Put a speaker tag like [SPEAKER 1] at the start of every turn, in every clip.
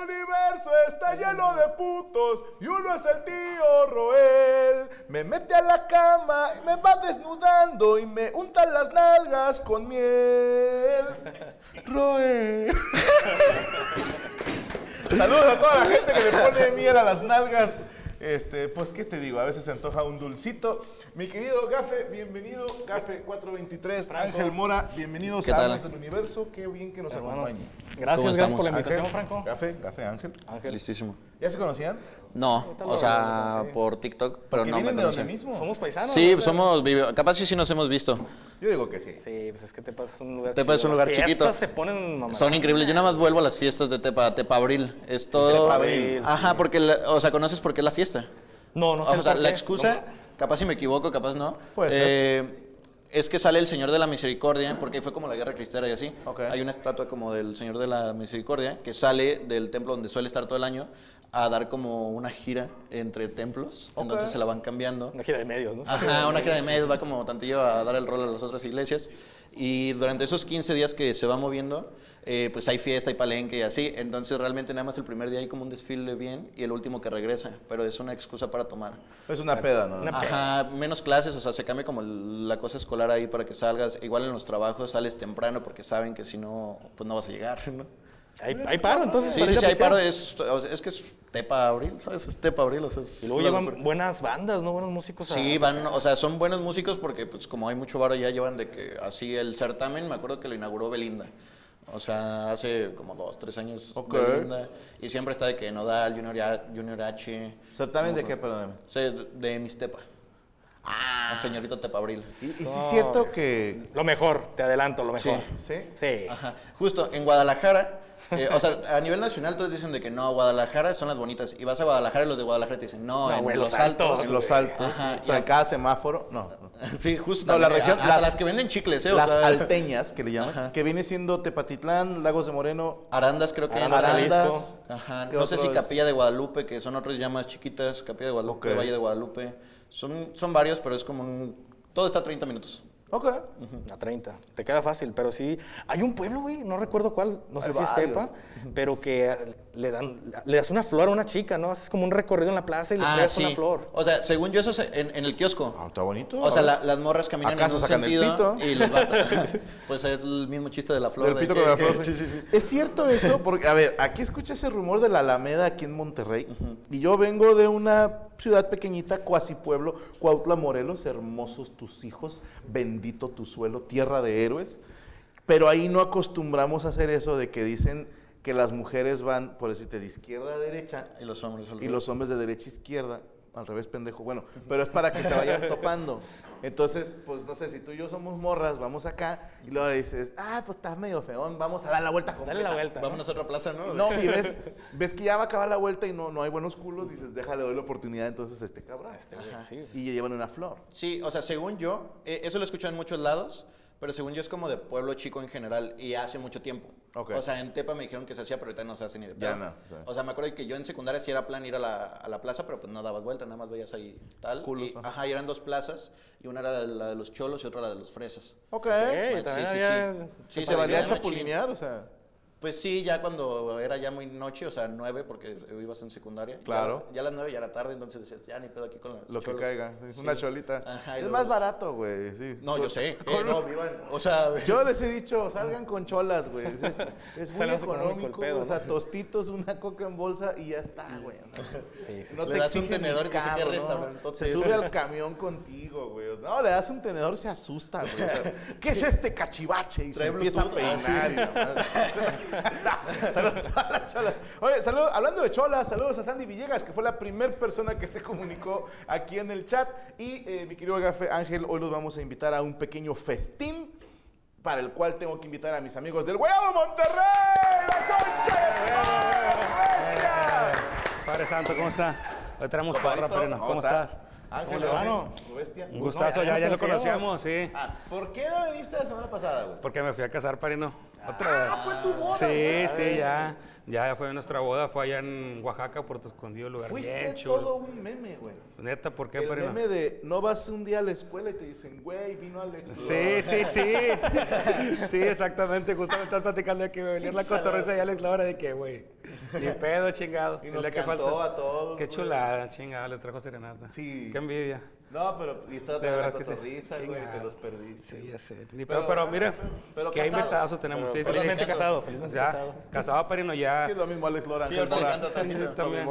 [SPEAKER 1] universo está lleno de putos y uno es el tío Roel. Me mete a la cama, me va desnudando y me unta las nalgas con miel. Roel. Saludos a toda la gente que le pone miel a las nalgas. Este, pues, ¿qué te digo? A veces se antoja un dulcito. Mi querido Gafe, bienvenido. Gafe 423, Ángel Mora, bienvenidos
[SPEAKER 2] ¿Qué
[SPEAKER 1] a
[SPEAKER 2] tal?
[SPEAKER 1] Amos del Universo. Qué bien que nos acompaña.
[SPEAKER 2] ¿Cómo
[SPEAKER 3] Gracias, gracias por
[SPEAKER 2] estamos?
[SPEAKER 3] la invitación, Franco.
[SPEAKER 1] Gafe, Gafe, Ángel.
[SPEAKER 2] Listísimo.
[SPEAKER 1] ¿Ya se conocían?
[SPEAKER 2] No,
[SPEAKER 3] Ahorita
[SPEAKER 2] o
[SPEAKER 3] lo-
[SPEAKER 2] sea,
[SPEAKER 3] lo conocí.
[SPEAKER 2] por TikTok, pero
[SPEAKER 1] Porque
[SPEAKER 2] no me
[SPEAKER 1] vienen de donde
[SPEAKER 2] conocen.
[SPEAKER 1] mismo.
[SPEAKER 3] Somos paisanos.
[SPEAKER 2] Sí, pues
[SPEAKER 3] ¿no?
[SPEAKER 2] somos vivi- Capaz sí, sí nos hemos visto.
[SPEAKER 1] Yo digo que sí.
[SPEAKER 3] Sí, pues es que Tepa es un lugar
[SPEAKER 2] Tepa es un
[SPEAKER 3] Las
[SPEAKER 2] lugar chiquito.
[SPEAKER 3] fiestas se ponen mamá.
[SPEAKER 2] Son increíbles. Yo nada más vuelvo a las fiestas de Tepa, Tepa Abril. Es todo.
[SPEAKER 1] Tepa Abril,
[SPEAKER 2] Ajá, porque, la- o sea, conoces por qué la fiesta.
[SPEAKER 3] No, no sé.
[SPEAKER 2] o
[SPEAKER 3] el
[SPEAKER 2] sea,
[SPEAKER 3] por
[SPEAKER 2] la
[SPEAKER 3] qué.
[SPEAKER 2] excusa, capaz si me equivoco, capaz no.
[SPEAKER 1] Puede ser.
[SPEAKER 2] eh, Es que sale el Señor de la Misericordia, porque fue como la guerra cristera y así.
[SPEAKER 1] Ok.
[SPEAKER 2] Hay una estatua como del Señor de la Misericordia que sale del templo donde suele estar todo el año a dar como una gira entre templos. Entonces se la van cambiando.
[SPEAKER 3] Una gira de medios, ¿no?
[SPEAKER 2] Ajá, una gira de medios va como tantillo a dar el rol a las otras iglesias. Y durante esos 15 días que se va moviendo, eh, pues hay fiesta, hay palenque y así. Entonces realmente nada más el primer día hay como un desfile bien y el último que regresa. Pero es una excusa para tomar.
[SPEAKER 1] Es una peda, ¿no?
[SPEAKER 3] Una-
[SPEAKER 2] Ajá, menos clases, o sea, se cambia como el- la cosa escolar ahí para que salgas. Igual en los trabajos sales temprano porque saben que si no, pues no vas a llegar, ¿no?
[SPEAKER 3] Hay, hay paro, entonces.
[SPEAKER 2] Sí,
[SPEAKER 3] para
[SPEAKER 2] sí,
[SPEAKER 3] ir a
[SPEAKER 2] sí, hay
[SPEAKER 3] pistear.
[SPEAKER 2] paro, es, o sea, es que es Tepa Abril, ¿sabes? Es Tepa Abril, o sea, es
[SPEAKER 3] Y luego
[SPEAKER 2] la
[SPEAKER 3] llevan
[SPEAKER 2] locura.
[SPEAKER 3] buenas bandas, ¿no? Buenos músicos. a-
[SPEAKER 2] Sí, van, o sea, son buenos músicos porque pues como hay mucho varo ya llevan de que así el certamen, me acuerdo que lo inauguró Belinda. O sea, hace como dos, tres años
[SPEAKER 1] Ok.
[SPEAKER 2] Belinda. Y siempre está de que Nodal, Junior, A- Junior H,
[SPEAKER 1] ¿Certamen de qué, perdóname?
[SPEAKER 2] o sea, de mis Tepa. Ah. Señorito Tepa Abril.
[SPEAKER 1] Y, y sí es cierto que...
[SPEAKER 3] Lo mejor, te adelanto, lo mejor.
[SPEAKER 1] Sí.
[SPEAKER 3] Sí.
[SPEAKER 2] Ajá. Justo, en Guadalajara, eh, o sea, a nivel nacional todos dicen de que no, Guadalajara son las bonitas. Y vas a Guadalajara y los de Guadalajara te dicen, no,
[SPEAKER 3] No,
[SPEAKER 2] en
[SPEAKER 3] güey,
[SPEAKER 2] los
[SPEAKER 3] Los Altos.
[SPEAKER 2] altos.
[SPEAKER 1] En los altos,
[SPEAKER 2] Ajá,
[SPEAKER 1] o sea,
[SPEAKER 2] ya.
[SPEAKER 1] cada semáforo, no. no.
[SPEAKER 2] Sí, justo.
[SPEAKER 1] No, la
[SPEAKER 2] también,
[SPEAKER 1] región-
[SPEAKER 2] a- hasta
[SPEAKER 1] las-
[SPEAKER 2] las, que venden chicles, ¿eh? O
[SPEAKER 1] Las
[SPEAKER 2] sea,
[SPEAKER 1] alteñas, que le llaman,
[SPEAKER 2] Ajá.
[SPEAKER 1] que viene siendo Tepatitlán, Lagos de Moreno,
[SPEAKER 2] Arandas creo que hay en
[SPEAKER 3] Arandas,
[SPEAKER 2] Arandas.
[SPEAKER 3] Jalisco.
[SPEAKER 2] Ajá.
[SPEAKER 1] ¿Qué
[SPEAKER 2] No sé
[SPEAKER 1] otro
[SPEAKER 2] si
[SPEAKER 1] es?
[SPEAKER 2] Capilla de Guadalupe, que son otras ya más chiquitas, Capilla de Guadalupe,
[SPEAKER 1] Ok.
[SPEAKER 2] Valle de Guadalupe. Son, son varios, pero es como un... Todo está a 30 minutos.
[SPEAKER 1] Ok.
[SPEAKER 3] A 30. Te queda fácil, pero sí. Hay un pueblo, güey, no recuerdo cuál, no sé
[SPEAKER 1] Hay
[SPEAKER 3] si es
[SPEAKER 1] varios.
[SPEAKER 3] Tepa, pero que le dan, le das una flor a una chica, ¿no? Haces como un recorrido en la plaza y
[SPEAKER 2] Ah,
[SPEAKER 3] le das una flor.
[SPEAKER 2] O sea, según yo eso es en, en el kiosco.
[SPEAKER 1] Ah, está bonito.
[SPEAKER 2] O sea, la- las morras caminan en
[SPEAKER 1] ¿Acaso
[SPEAKER 2] un
[SPEAKER 1] sacan el
[SPEAKER 2] sentido
[SPEAKER 1] pito?
[SPEAKER 2] y los vatos. pues es el mismo chiste de la flor.
[SPEAKER 1] Del
[SPEAKER 2] de
[SPEAKER 1] pito
[SPEAKER 2] que-
[SPEAKER 1] con la
[SPEAKER 2] que-
[SPEAKER 1] flor,
[SPEAKER 2] Sí, sí, sí.
[SPEAKER 1] Es cierto eso, porque, a ver, aquí escuché ese rumor de la Alameda aquí en Monterrey. Y yo vengo de una ciudad pequeñita, cuasi pueblo, Cuautla, Morelos, hermosos tus hijos, bendito tu suelo, tierra de héroes. Pero ahí no acostumbramos a hacer eso de que dicen que las mujeres van, por decirte, de izquierda a derecha
[SPEAKER 2] Y los hombres. al
[SPEAKER 1] y
[SPEAKER 2] revés.
[SPEAKER 1] los hombres de derecha a izquierda. Al revés, pendejo. Bueno, pero es para que se vayan topando. Entonces, pues no sé, si tú y yo somos morras, vamos acá y luego dices, ah, pues estás medio feón, vamos a dar la vuelta completa.
[SPEAKER 3] Dale la vuelta. ¿no?
[SPEAKER 2] Vámonos a otra plaza, ¿no?
[SPEAKER 1] No, y ves, ves que ya va a acabar la vuelta y no, no hay buenos culos, dices, déjale, doy la oportunidad entonces a este cabrón.
[SPEAKER 3] Este, güey, sí, güey.
[SPEAKER 1] Y llevan una flor.
[SPEAKER 2] Sí, o sea, según yo, eh, eso lo he escuchado en muchos lados, pero según yo es como de pueblo chico en general y hace mucho tiempo.
[SPEAKER 1] Ok.
[SPEAKER 2] O sea, en Tepa me dijeron que se hacía, pero ahorita no se hace ni de
[SPEAKER 1] Ya
[SPEAKER 2] pedo.
[SPEAKER 1] no, sí.
[SPEAKER 2] O sea, me acuerdo que yo en secundaria sí era plan ir a la, a la plaza, pero pues no dabas vuelta, nada más veías ahí tal.
[SPEAKER 1] Culos,
[SPEAKER 2] y,
[SPEAKER 1] ajá.
[SPEAKER 2] ajá, y eran dos plazas, y una era la de los cholos y otra la de los fresas.
[SPEAKER 1] Ok.
[SPEAKER 3] Ey,
[SPEAKER 2] Sí,
[SPEAKER 3] también
[SPEAKER 2] sí,
[SPEAKER 3] había-
[SPEAKER 2] sí.
[SPEAKER 1] Y
[SPEAKER 2] Sí,
[SPEAKER 1] se valía
[SPEAKER 2] parecía machín.
[SPEAKER 1] chapulinear, o sea.
[SPEAKER 2] Pues sí, ya cuando era ya muy noche, o sea, nueve, porque ibas en secundaria. ya-
[SPEAKER 1] Claro.
[SPEAKER 2] Ya, a las nueve ya era tarde, entonces decías, ya ni pedo aquí con los
[SPEAKER 1] Lo que
[SPEAKER 2] cholos.
[SPEAKER 1] caiga. sí,
[SPEAKER 2] Sí.
[SPEAKER 1] Una cholita.
[SPEAKER 2] Ajá,
[SPEAKER 1] es
[SPEAKER 2] y luego-
[SPEAKER 1] más barato, güey. sí.
[SPEAKER 2] No, yo sé. eh,
[SPEAKER 1] Con
[SPEAKER 2] no,
[SPEAKER 1] un-
[SPEAKER 2] vivan. O sea,
[SPEAKER 1] Yo les he dicho, salgan con cholas, güey. Es, es- es muy
[SPEAKER 3] Sale más económico el
[SPEAKER 1] económico,
[SPEAKER 3] pedo,
[SPEAKER 1] güey, o sea,
[SPEAKER 3] ¿no?
[SPEAKER 1] tostitos, una coca en bolsa y ya está, güey. o sea,
[SPEAKER 3] Sí, sí,
[SPEAKER 1] no
[SPEAKER 2] Le das un
[SPEAKER 1] exigen
[SPEAKER 2] tenedor
[SPEAKER 1] ni
[SPEAKER 2] y te dice qué
[SPEAKER 1] ¿no?
[SPEAKER 2] restaurantote
[SPEAKER 1] Se
[SPEAKER 2] es.
[SPEAKER 1] sube al camión contigo, güey. No, le das un tenedor, se asusta, güey. o sea, ¿Qué es este cachivache? Y se
[SPEAKER 2] Trae
[SPEAKER 1] empieza a peinar.
[SPEAKER 2] Bluetooth, ah, sí.
[SPEAKER 1] y la madre. No, saludos a todas las cholas. Oye, saludos, hablando de cholas, saludos a Sandy Villegas, que fue la primera persona que se comunicó aquí en el chat. Y eh, mi querido Gafe Ángel, hoy los vamos a invitar a un pequeño festín para el cual tengo que invitar a mis amigos del Guayabo Monterrey, la concha de tu madre.
[SPEAKER 4] Padre Santo, ¿cómo está? Hoy traemos parra,
[SPEAKER 1] Compadrito,
[SPEAKER 4] Perena. ¿Cómo estás?
[SPEAKER 1] Ángel,
[SPEAKER 4] ¿Cómo le va?
[SPEAKER 1] Ángel, tu bestia.
[SPEAKER 4] Un gustazo,
[SPEAKER 3] No, ya
[SPEAKER 4] ya,
[SPEAKER 3] nos
[SPEAKER 4] ya lo
[SPEAKER 3] conocíamos.
[SPEAKER 4] conocíamos, sí.
[SPEAKER 1] Ah, ¿Por qué no viniste la semana pasada, güey?
[SPEAKER 4] Porque me fui a casar, Pereno.
[SPEAKER 1] Ah, fue tu boda.
[SPEAKER 4] Sí,
[SPEAKER 1] ¿sabes?
[SPEAKER 4] sí, ya. Ya fue nuestra boda, fue allá en Oaxaca, Puerto Escondido, lugar
[SPEAKER 1] Fuiste
[SPEAKER 4] bien chulo.
[SPEAKER 1] todo un meme, güey.
[SPEAKER 4] Neta, ¿por qué,
[SPEAKER 1] El
[SPEAKER 4] Pereno?
[SPEAKER 1] meme de no vas un día a la escuela y te dicen, güey, vino Alex.
[SPEAKER 4] Sí, sí, sí. sí, exactamente. Justamente estás platicando de que me venía la cotorreza y Alex Laura de que, güey, Ni pedo, chingado.
[SPEAKER 1] Y
[SPEAKER 4] Es
[SPEAKER 1] nos
[SPEAKER 4] la
[SPEAKER 1] cantó a todos,
[SPEAKER 4] Qué
[SPEAKER 1] güey.
[SPEAKER 4] chulada, chingada, les trajo serenata.
[SPEAKER 1] Sí.
[SPEAKER 4] Qué envidia.
[SPEAKER 1] No, pero y estaba
[SPEAKER 4] De
[SPEAKER 1] tan la
[SPEAKER 4] verdad que sí.
[SPEAKER 1] cotorriza, güey,
[SPEAKER 4] Chingado.
[SPEAKER 1] te los perdiste.
[SPEAKER 4] Sí,
[SPEAKER 1] güey.
[SPEAKER 4] ya sé. Ni pedo, pero, mira,
[SPEAKER 1] pero
[SPEAKER 4] qué
[SPEAKER 1] casado.
[SPEAKER 4] invitados tenemos. Sí, sí,
[SPEAKER 3] Felizmente
[SPEAKER 4] sí.
[SPEAKER 3] casado, felizmente
[SPEAKER 4] ya,
[SPEAKER 3] casado.
[SPEAKER 4] Casado, Perino, ya.
[SPEAKER 1] Sí, es lo mismo Alex Lora.
[SPEAKER 2] Sí,
[SPEAKER 1] Ángel
[SPEAKER 2] ahorita le
[SPEAKER 1] Mora.
[SPEAKER 2] canto tantito.
[SPEAKER 4] También.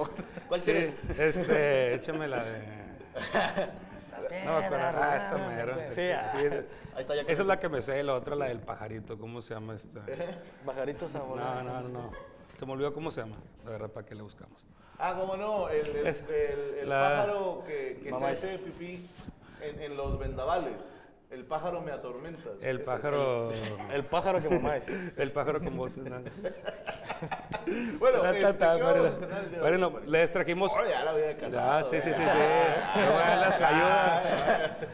[SPEAKER 2] ¿Cuál
[SPEAKER 4] Sí,
[SPEAKER 2] quieres?
[SPEAKER 4] Este, échame la de. No me acuerdo. Ah, esa mera.
[SPEAKER 3] Sí, ah.
[SPEAKER 4] esa-
[SPEAKER 2] Ahí está ya con
[SPEAKER 4] Esa es
[SPEAKER 2] eso.
[SPEAKER 4] la que me sé, la otra, la del pajarito. ¿Cómo se llama esta?
[SPEAKER 3] Bajarito sabor.
[SPEAKER 4] No, no, no. Se me olvidó cómo se llama. La verdad, ¿para qué le buscamos?
[SPEAKER 1] Ah, cómo no, el, el,
[SPEAKER 4] Es-
[SPEAKER 1] el- el
[SPEAKER 4] la-
[SPEAKER 1] pájaro que, que se
[SPEAKER 3] Mamá es-
[SPEAKER 1] hace pipí en, en los vendavales. El pájaro me atormenta.
[SPEAKER 4] El pájaro.
[SPEAKER 3] El pájaro que mamá es.
[SPEAKER 4] El pájaro con botas. ¿no?
[SPEAKER 1] Bueno,
[SPEAKER 4] Ta,
[SPEAKER 1] este,
[SPEAKER 4] ta, ta,
[SPEAKER 1] ¿qué vamos
[SPEAKER 4] Mariela.
[SPEAKER 1] a cenar el día de hoy?
[SPEAKER 4] Bueno, les trajimos.
[SPEAKER 1] Oh, ya la voy a casar.
[SPEAKER 4] Ya, Ah, sí, sí, sí, sí. Qué buenas las tlayudas.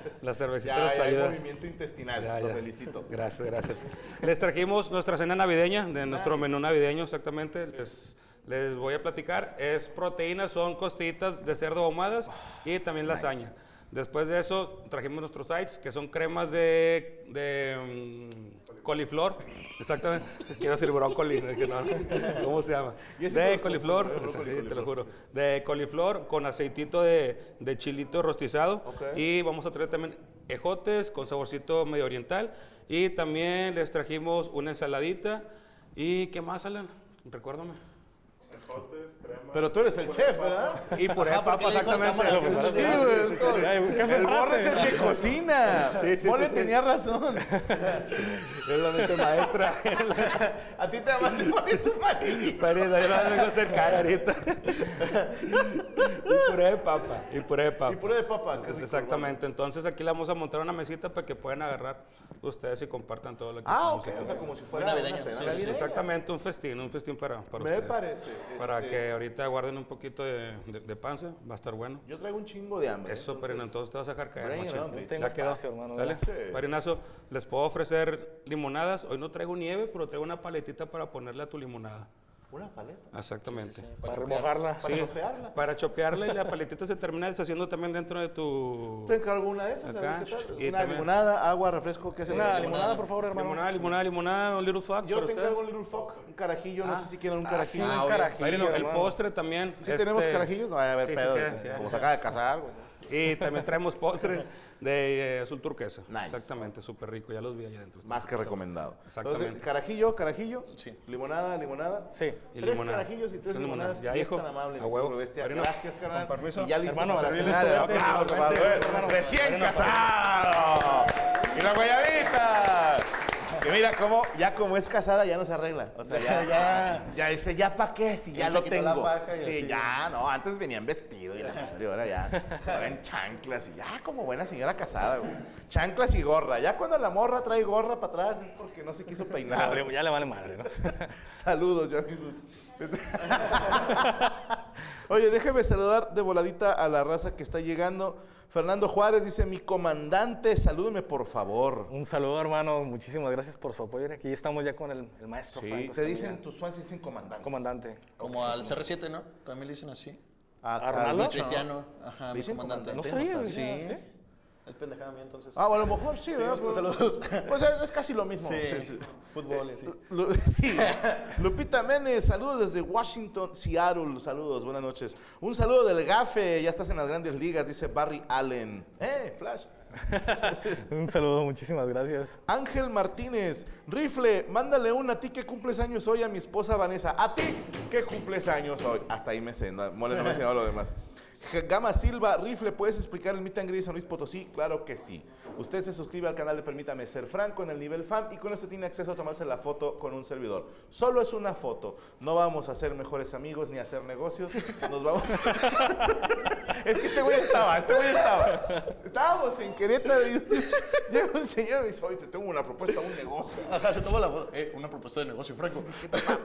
[SPEAKER 4] Las cervecitas las
[SPEAKER 1] Ya, ya hay
[SPEAKER 4] tlayudas.
[SPEAKER 1] movimiento intestinal,
[SPEAKER 4] Ya,
[SPEAKER 1] lo
[SPEAKER 4] ya.
[SPEAKER 1] felicito.
[SPEAKER 4] Gracias, gracias. Les trajimos nuestra cena navideña, de nuestro menú navideño, exactamente. Les, les voy a platicar. Es proteínas, son costillitas de cerdo ahumadas y también lasaña. Después de eso, trajimos nuestros sides, que son cremas de, de, mm, coliflor. Exactamente. Les quiero decir brócoli. dije, no, ¿Cómo se llama?
[SPEAKER 1] Yo sí
[SPEAKER 4] De
[SPEAKER 1] conozco
[SPEAKER 4] coliflor.
[SPEAKER 1] brócoli,
[SPEAKER 4] sí, te
[SPEAKER 1] coliflor.
[SPEAKER 4] lo juro. De coliflor con aceitito de, de chilito rostizado.
[SPEAKER 1] Ok.
[SPEAKER 4] Y y vamos a traer también ejotes con saborcito medio oriental. Y también les trajimos una ensaladita. ¿Y qué más, Alan? Recuérdame.
[SPEAKER 1] Pero tú eres el chef, ¿verdad?
[SPEAKER 4] Y por
[SPEAKER 2] Ajá, ¿por qué le dijo a la cámara que no se
[SPEAKER 1] Sí,
[SPEAKER 2] viera?
[SPEAKER 1] güey, es como-
[SPEAKER 3] Ay, güey, ¿qué
[SPEAKER 1] El borre es
[SPEAKER 3] preparaste?
[SPEAKER 1] el que cocina.
[SPEAKER 4] Sí, sí,
[SPEAKER 1] Mole
[SPEAKER 4] sí, sí.
[SPEAKER 1] tenía razón.
[SPEAKER 4] Es la mente maestra.
[SPEAKER 1] A ti te amaste con tu marido.
[SPEAKER 4] Parida, yo la vengo a hacer cara ahorita. Y puré de papa. Y puré de papa.
[SPEAKER 1] Y puré de papa, qué rico,
[SPEAKER 4] Exactamente. Entonces aquí le vamos a montar una mesita para que puedan agarrar ustedes y compartan todo lo que
[SPEAKER 1] Ah,
[SPEAKER 4] estamos
[SPEAKER 1] ok.
[SPEAKER 4] haciendo.
[SPEAKER 1] O sea, como si fuera
[SPEAKER 2] Muy
[SPEAKER 1] una
[SPEAKER 2] navideño,
[SPEAKER 1] cena
[SPEAKER 2] sí,
[SPEAKER 1] navideña.
[SPEAKER 4] Pues Sí, exactamente, un festín, un festín para, para
[SPEAKER 1] Me
[SPEAKER 4] ustedes.
[SPEAKER 1] parece,
[SPEAKER 4] Para
[SPEAKER 1] este-
[SPEAKER 4] que ahorita guarden un poquito de, de- de panza, va a estar bueno.
[SPEAKER 1] Yo traigo un chingo de hambre.
[SPEAKER 4] Eso, Perina, entonces te vas a dejar caer,
[SPEAKER 1] Bring it
[SPEAKER 4] machín.
[SPEAKER 1] on, bitch.
[SPEAKER 3] Tengo
[SPEAKER 4] Ya quedó.
[SPEAKER 3] espacio, hermano,
[SPEAKER 4] ¿Sale?
[SPEAKER 1] Sí.
[SPEAKER 4] Perinazo, les puedo ofrecer limonadas. Hoy no traigo nieve, pero traigo una paletita para ponerle a tu limonada.
[SPEAKER 1] Una paleta.
[SPEAKER 4] Exactamente.
[SPEAKER 3] Para remojarla.
[SPEAKER 1] Para
[SPEAKER 4] Sí,
[SPEAKER 1] chopearla.
[SPEAKER 4] Para chopearla y la paletita se termina deshaciendo también dentro de tu...
[SPEAKER 1] Te encargo una de esas, a
[SPEAKER 4] Acá,
[SPEAKER 1] ver qué tal.
[SPEAKER 4] y
[SPEAKER 1] Una
[SPEAKER 4] también-
[SPEAKER 1] limonada, agua, refresco, ¿qué se
[SPEAKER 3] Una limonada, por favor, hermano.
[SPEAKER 4] Limonada, limonada, limonada, un little fuck.
[SPEAKER 1] Yo
[SPEAKER 4] para
[SPEAKER 1] te
[SPEAKER 4] ustedes.
[SPEAKER 1] encargo un little fuck, un carajillo, no sé si quieren un
[SPEAKER 3] Así,
[SPEAKER 1] carajillo.
[SPEAKER 2] Ah,
[SPEAKER 3] un
[SPEAKER 2] obvio.
[SPEAKER 3] carajillo.
[SPEAKER 4] Bueno, el
[SPEAKER 3] hermano.
[SPEAKER 4] postre también.
[SPEAKER 1] ¿Sí tenemos
[SPEAKER 4] este,
[SPEAKER 1] carajillos? No, a ver,
[SPEAKER 4] sí, sí,
[SPEAKER 1] pedo.
[SPEAKER 4] sí,
[SPEAKER 1] güey,
[SPEAKER 4] sí,
[SPEAKER 1] como
[SPEAKER 4] sí.
[SPEAKER 1] se acaba de casar, güey.
[SPEAKER 4] Y también traemos postre de eh, azul turquesa.
[SPEAKER 1] Nice.
[SPEAKER 4] Exactamente, súper rico. Ya los vi allá adentro.
[SPEAKER 1] Más que recomendado.
[SPEAKER 4] Exactamente.
[SPEAKER 1] Entonces, carajillo, carajillo,
[SPEAKER 2] Sí.
[SPEAKER 1] limonada, limonada.
[SPEAKER 3] Sí.
[SPEAKER 4] Y
[SPEAKER 1] tres
[SPEAKER 4] limonada.
[SPEAKER 1] carajillos y tres
[SPEAKER 4] Tres
[SPEAKER 1] limonadas.
[SPEAKER 4] limonadas.
[SPEAKER 1] Ya,
[SPEAKER 4] Ya,
[SPEAKER 1] sí
[SPEAKER 4] hijo,
[SPEAKER 1] es tan amable,
[SPEAKER 4] a
[SPEAKER 1] mi
[SPEAKER 4] huevo.
[SPEAKER 1] pobre bestia.
[SPEAKER 4] Marino,
[SPEAKER 1] Gracias, carnal.
[SPEAKER 4] con permiso. este
[SPEAKER 1] Y ya listos
[SPEAKER 3] Hermano,
[SPEAKER 1] para
[SPEAKER 3] servirles
[SPEAKER 1] cenar.
[SPEAKER 3] todo,
[SPEAKER 1] Aplausos,
[SPEAKER 3] hermano,
[SPEAKER 1] aplausos,
[SPEAKER 3] vente,
[SPEAKER 1] aplausos.
[SPEAKER 3] hermano.
[SPEAKER 1] ¡Recién casado! ¡Y la guayabita! Que mira, cómo, ya como es casada, ya no se arregla. O sea, ya, ya, ya dice, ¿ya pa' qué? Si ya
[SPEAKER 2] se
[SPEAKER 1] lo
[SPEAKER 2] quitó
[SPEAKER 1] tengo.
[SPEAKER 2] la faja y
[SPEAKER 1] sí,
[SPEAKER 2] así.
[SPEAKER 1] ya, Ah, no, antes venían vestidos y la madre, ahora ya, ahora en chanclas y ya, como buena señora casada, güey. Chanclas y gorra. Ya cuando la morra trae gorra para atrás es porque no se quiso peinar, güey.
[SPEAKER 3] Madre, Ya le vale madre, ¿no?
[SPEAKER 1] Saludos, ya Oye, déjeme saludar de voladita a la raza que está llegando. Fernando Juárez dice, mi comandante, salúdeme por favor.
[SPEAKER 3] Un saludo, hermano. Muchísimas gracias por su apoyo. Aquí estamos ya con el, el maestro
[SPEAKER 1] Sí,
[SPEAKER 3] Franco
[SPEAKER 1] te
[SPEAKER 3] Escamilla,
[SPEAKER 1] dicen tus fans dicen comandante.
[SPEAKER 3] comandante.
[SPEAKER 2] Como al CR7, ¿no? También le dicen así.
[SPEAKER 1] Ah,
[SPEAKER 3] ¿A Ronaldo?
[SPEAKER 1] Carlitos.
[SPEAKER 2] Cristiano, ajá, mi
[SPEAKER 1] dicen
[SPEAKER 2] comandante.
[SPEAKER 3] comandante. No sabía,
[SPEAKER 2] Sí.
[SPEAKER 3] ¿sí?
[SPEAKER 2] Es pendejada mía entonces.
[SPEAKER 1] Ah, bueno, a lo mejor sí, ¿verdad? Pues-
[SPEAKER 2] saludos.
[SPEAKER 1] Pues es es casi lo mismo.
[SPEAKER 2] Sí, fútbol y así.
[SPEAKER 1] Lu- sí. Lupita Menes, saludos desde Washington, Seattle, saludos, buenas noches. Un saludo del Gafe, ya estás en las grandes ligas, dice Barry Allen. ¡Eh, Flash!
[SPEAKER 3] Un saludo, muchísimas gracias.
[SPEAKER 1] Ángel Martínez, rifle, mándale una a ti que cumples años hoy a mi esposa Vanessa. A ti que cumples años hoy. Hasta ahí me sé, no, mole, no me enseñaba lo demás. G- Gama Silva, rifle, ¿puedes explicar el Meet and Greet de San Luis Potosí? Claro que sí. Usted se suscribe al canal de Permítame Ser Franco en el nivel fan y con esto tiene acceso a tomarse la foto con un servidor. Solo es una foto. No vamos a ser mejores amigos ni a hacer negocios. Nos vamos es que este güey estaba, este güey estaba. Estábamos en Querétaro y llega un señor y me dice, oye, te tengo una propuesta, un negocio.
[SPEAKER 2] Ajá, se tomó la foto. Eh, una propuesta de negocio, Franco.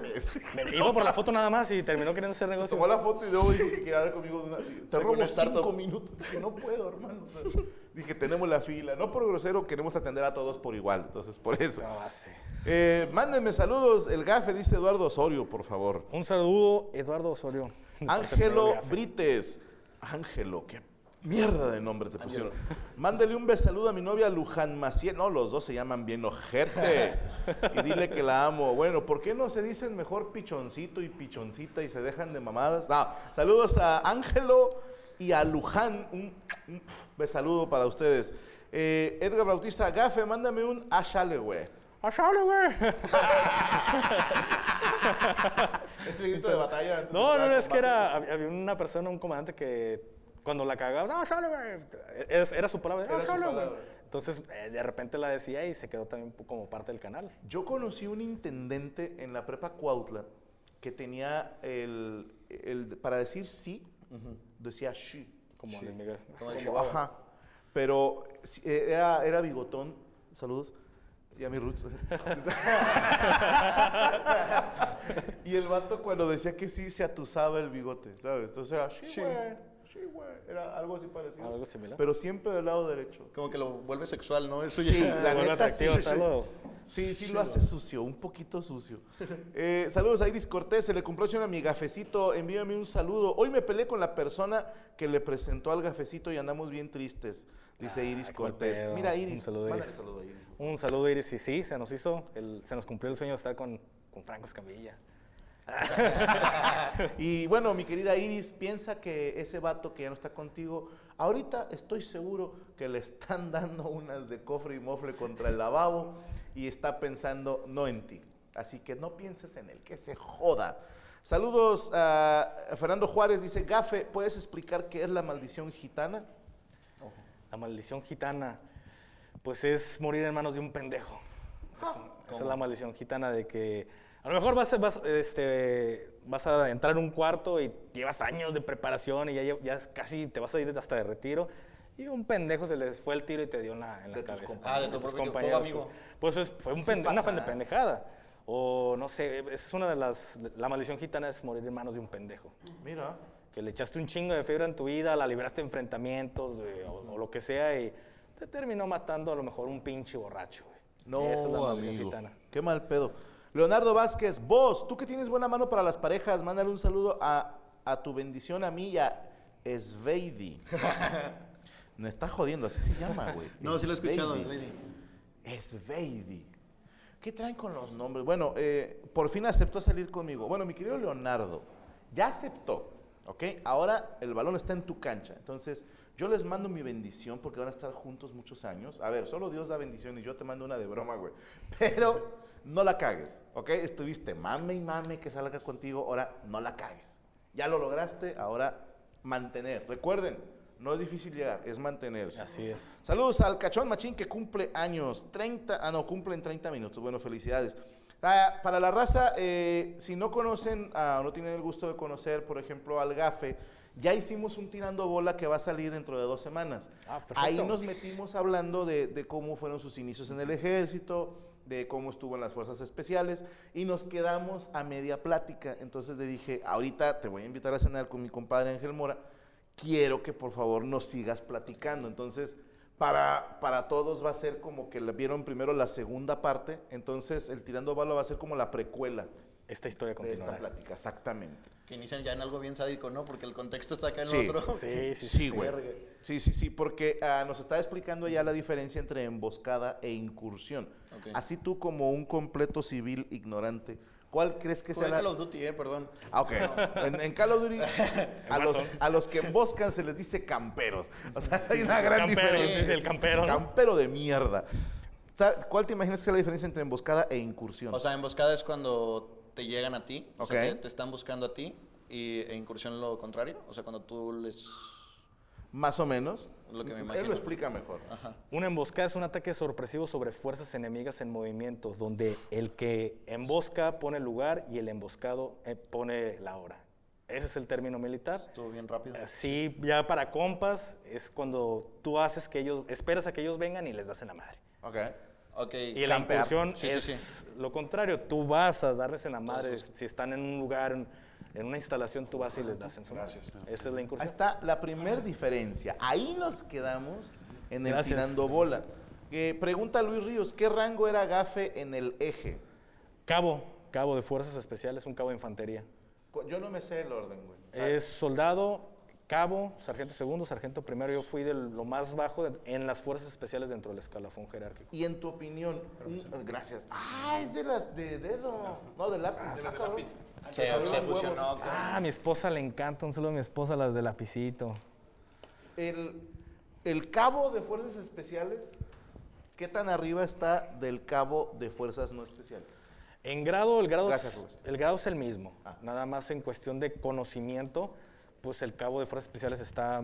[SPEAKER 3] Me iba por la foto nada más y terminó queriendo hacer negocio.
[SPEAKER 1] Tomó la foto y luego dijo que quería hablar conmigo de una... Te
[SPEAKER 2] Tengo
[SPEAKER 1] robo
[SPEAKER 2] una startup.
[SPEAKER 1] cinco minutos. Dije, no puedo, hermano. O sea, dije, tenemos la fila. No por grosero, queremos atender a todos por igual. Entonces, por eso.
[SPEAKER 3] Ah, sí.
[SPEAKER 1] Eh, mándenme saludos. El gafe dice Eduardo Osorio, por favor.
[SPEAKER 3] Un saludo, Eduardo Osorio.
[SPEAKER 1] Ángelo Brites. Ángelo, qué Mierda de nombre te pusieron. Mándale un besaludo a mi novia Luján Maciel. No, los dos se llaman bien ojete. Y dile que la amo. Bueno, ¿por qué no se dicen mejor pichoncito y pichoncita y se dejan de mamadas? No, saludos a Ángelo y a Luján. Un, un besaludo para ustedes. Eh, Edgar Bautista Gafe, mándame un ashale, güey.
[SPEAKER 3] ¡Achale, güey!
[SPEAKER 1] Es el grito de batalla. antes de
[SPEAKER 3] No, no,
[SPEAKER 1] entrar
[SPEAKER 3] no,
[SPEAKER 1] al
[SPEAKER 3] es que
[SPEAKER 1] combate.
[SPEAKER 3] era. hab- Había una persona, un comandante que cuando la cagaba, "Ah, chale, güey", es- Era su palabra, "Ah,
[SPEAKER 1] Era su
[SPEAKER 3] chale, güey".
[SPEAKER 1] palabra.
[SPEAKER 3] Entonces, eh, de repente la decía y se quedó también como parte del canal.
[SPEAKER 1] Yo conocí un intendente en la prepa Cuautla que tenía el, el- para decir sí, decía she.
[SPEAKER 3] Como Luis Miguel.
[SPEAKER 2] Como de
[SPEAKER 1] Como,
[SPEAKER 2] Chihuahua.
[SPEAKER 1] ajá. Pero sí, eh, era, era bigotón. Saludos. Y a mi Roots. y el vato cuando decía que sí se atusaba el bigote, ¿sabes? Entonces era she, güey. she, güey". Era algo así parecido.
[SPEAKER 3] Algo similar.
[SPEAKER 1] Pero siempre del lado derecho.
[SPEAKER 2] Como que lo vuelve sexual, ¿no? Eso
[SPEAKER 1] Sí,
[SPEAKER 2] ya-
[SPEAKER 1] la
[SPEAKER 3] Bueno,
[SPEAKER 1] neta sí,
[SPEAKER 3] atractivo,
[SPEAKER 1] sí,
[SPEAKER 3] está
[SPEAKER 1] sí.
[SPEAKER 3] lo-
[SPEAKER 1] Sí, sí lo hace sucio, un poquito sucio. Eh, saludos a Iris Cortés, se le compró a mi gafecito, envíame un saludo. Hoy me peleé con la persona que le presentó al gafecito y andamos bien tristes, dice Iris
[SPEAKER 3] qué
[SPEAKER 1] Cortés.
[SPEAKER 3] mal pedo.
[SPEAKER 1] Mira,
[SPEAKER 3] Un
[SPEAKER 1] Iris,
[SPEAKER 3] saludo,
[SPEAKER 1] mándale
[SPEAKER 3] Iris.
[SPEAKER 1] saludo a Iris.
[SPEAKER 3] Un saludo, Iris. Y sí, se nos hizo, el- se nos cumplió el sueño de estar con, con Franco Escamilla.
[SPEAKER 1] Y bueno, mi querida Iris, piensa que ese vato que ya no está contigo, ahorita estoy seguro que le están dando unas de cofre y mofle contra el lavabo y está pensando no en ti. Así que no pienses en él, que se joda. Saludos a a Fernando Juárez, dice, Gafe, ¿puedes explicar qué es la maldición gitana?
[SPEAKER 3] La maldición gitana, pues es morir en manos de un pendejo. Es un- esa es la maldición gitana de que a lo mejor vas, a- vas, este, vas a entrar a un cuarto y llevas años de preparación y ya, lle- ya es casi te vas a ir hasta de retiro. Y un pendejo se les fue el tiro y te dio en la, en la
[SPEAKER 1] De tus
[SPEAKER 3] cabeza.
[SPEAKER 1] compa-
[SPEAKER 2] Ah, de tu
[SPEAKER 3] tus
[SPEAKER 2] propio- fue amigo.
[SPEAKER 3] Pues es- fue un pende- una pende- pendejada. O no sé, esa es una de las. La maldición gitana es morir en manos de un pendejo
[SPEAKER 1] Mira.
[SPEAKER 3] que le echaste un chingo de fibra en tu vida, la libraste de enfrentamientos güey, o, o lo que sea y te terminó matando a lo mejor un pinche borracho. güey.
[SPEAKER 1] No,
[SPEAKER 3] Esa es la maldición
[SPEAKER 1] amigo.
[SPEAKER 3] gitana.
[SPEAKER 1] Qué mal pedo. Leonardo Vázquez, vos, tú que tienes buena mano para las parejas, mándale un saludo a, a tu bendición a mí y a Sveidi. Me está jodiendo, así se llama, güey.
[SPEAKER 2] No, sí lo he escuchado.
[SPEAKER 1] Sveidi.
[SPEAKER 2] Sveidi.
[SPEAKER 1] Sveidi. ¿Qué traen con los nombres? Bueno, eh, por fin aceptó salir conmigo. Bueno, mi querido Leonardo, ya aceptó, ¿ok? Ahora el balón está en tu cancha. Entonces, yo les mando mi bendición porque van a estar juntos muchos años. A ver, solo Dios da bendición y yo te mando una de broma, güey. Pero no la cagues, ¿ok? Estuviste mame y mame que salga contigo, ahora no la cagues. Ya lo lograste, ahora mantener. Recuerden, no es difícil llegar, es mantenerse.
[SPEAKER 3] Así es.
[SPEAKER 1] Saludos al cachón machín que cumple años. 30, ah, no, cumple en 30 minutos. Bueno, felicidades. Ah, para la raza, eh, si no conocen ah, o no tienen el gusto de conocer, por ejemplo, al Gafe, ya hicimos un tirando bola que va a salir dentro de dos semanas.
[SPEAKER 3] Ah, perfecto.
[SPEAKER 1] Ahí nos metimos hablando de, de cómo fueron sus inicios en el ejército, de cómo estuvo en las fuerzas especiales y nos quedamos a media plática. Entonces le dije, ahorita te voy a invitar a cenar con mi compadre Ángel Mora, quiero que por favor nos sigas platicando. Entonces, para, para todos va a ser como que le vieron primero la segunda parte, entonces el tirando bala va a ser como la precuela
[SPEAKER 3] Esta historia
[SPEAKER 1] de esta
[SPEAKER 3] continuará.
[SPEAKER 1] plática, exactamente.
[SPEAKER 2] Que inician ya en algo bien sádico, ¿no? Porque el contexto está acá en
[SPEAKER 1] Sí.
[SPEAKER 2] otro.
[SPEAKER 3] Sí, sí, sí.
[SPEAKER 1] Sí, güey. Sí, sí, sí, porque ah, nos está explicando ya la diferencia entre emboscada e incursión.
[SPEAKER 2] Ok.
[SPEAKER 1] Así tú como un completo civil ignorante, ¿cuál crees que
[SPEAKER 2] Jugué
[SPEAKER 1] será?
[SPEAKER 2] Call of Duty, eh, perdón.
[SPEAKER 1] Ah, ok. En, en Call of Duty, a, los, a los que emboscan se les dice camperos. O sea, hay una gran
[SPEAKER 3] Campero,
[SPEAKER 1] diferencia.
[SPEAKER 3] sí, sí, el campero, ¿no?
[SPEAKER 1] Campero de mierda. ¿Sabes ¿Cuál te imaginas que es la diferencia entre emboscada e incursión?
[SPEAKER 2] O sea, emboscada es cuando te llegan a ti, o sea,
[SPEAKER 1] Ok.
[SPEAKER 2] te, te están buscando a ti, y, e incursión lo contrario, o sea, cuando tú les...
[SPEAKER 1] Más o menos.
[SPEAKER 2] Lo que me
[SPEAKER 1] Él
[SPEAKER 2] imagino.
[SPEAKER 1] lo explica mejor.
[SPEAKER 3] Una emboscada es un ataque sorpresivo sobre fuerzas enemigas en movimiento, donde el que embosca pone el lugar y el emboscado eh, pone la hora. Ese es el término militar.
[SPEAKER 2] Estuvo bien rápido.
[SPEAKER 3] Así, ya para compas, es cuando tú haces que ellos, esperas a que ellos vengan y les das en la madre.
[SPEAKER 1] Ok.
[SPEAKER 2] Ok.
[SPEAKER 3] Y la
[SPEAKER 1] Campear.
[SPEAKER 3] incursión
[SPEAKER 2] Sí, sí,
[SPEAKER 3] es lo contrario. Tú vas a darles en la madre. Si están en un lugar, en, en una instalación, tú vas y les das en su madre. Esa es la
[SPEAKER 1] Ahí
[SPEAKER 3] incursión.
[SPEAKER 1] está la primer diferencia. Ahí nos quedamos en el
[SPEAKER 3] Gracias.
[SPEAKER 1] tirando bola. Eh, pregunta Luis Ríos, ¿qué rango era Gafe en el eje?
[SPEAKER 3] Cabo, cabo de fuerzas especiales, un cabo de infantería.
[SPEAKER 1] Cu- Yo no me sé el orden, güey. O sea,
[SPEAKER 3] Es soldado, cabo, sargento segundo, sargento primero. Yo fui de lo más bajo de- en las fuerzas especiales dentro del escalafón jerárquico.
[SPEAKER 1] Y en tu opinión, un- gracias. Ah, es de las de dedo. No, de lápiz. Ah, cabrón.
[SPEAKER 2] Se, se fusionó. con-
[SPEAKER 3] Ah, a mi esposa le encanta, un saludo a mi esposa, las de lapicito.
[SPEAKER 1] El, el cabo de fuerzas especiales, ¿qué tan arriba está del cabo de fuerzas no especiales?
[SPEAKER 3] En grado, el grado,
[SPEAKER 1] Gracias,
[SPEAKER 3] es,
[SPEAKER 1] Rubén.
[SPEAKER 3] el grado es el mismo.
[SPEAKER 2] Ah.
[SPEAKER 3] Nada más en cuestión de conocimiento, pues el cabo de fuerzas especiales está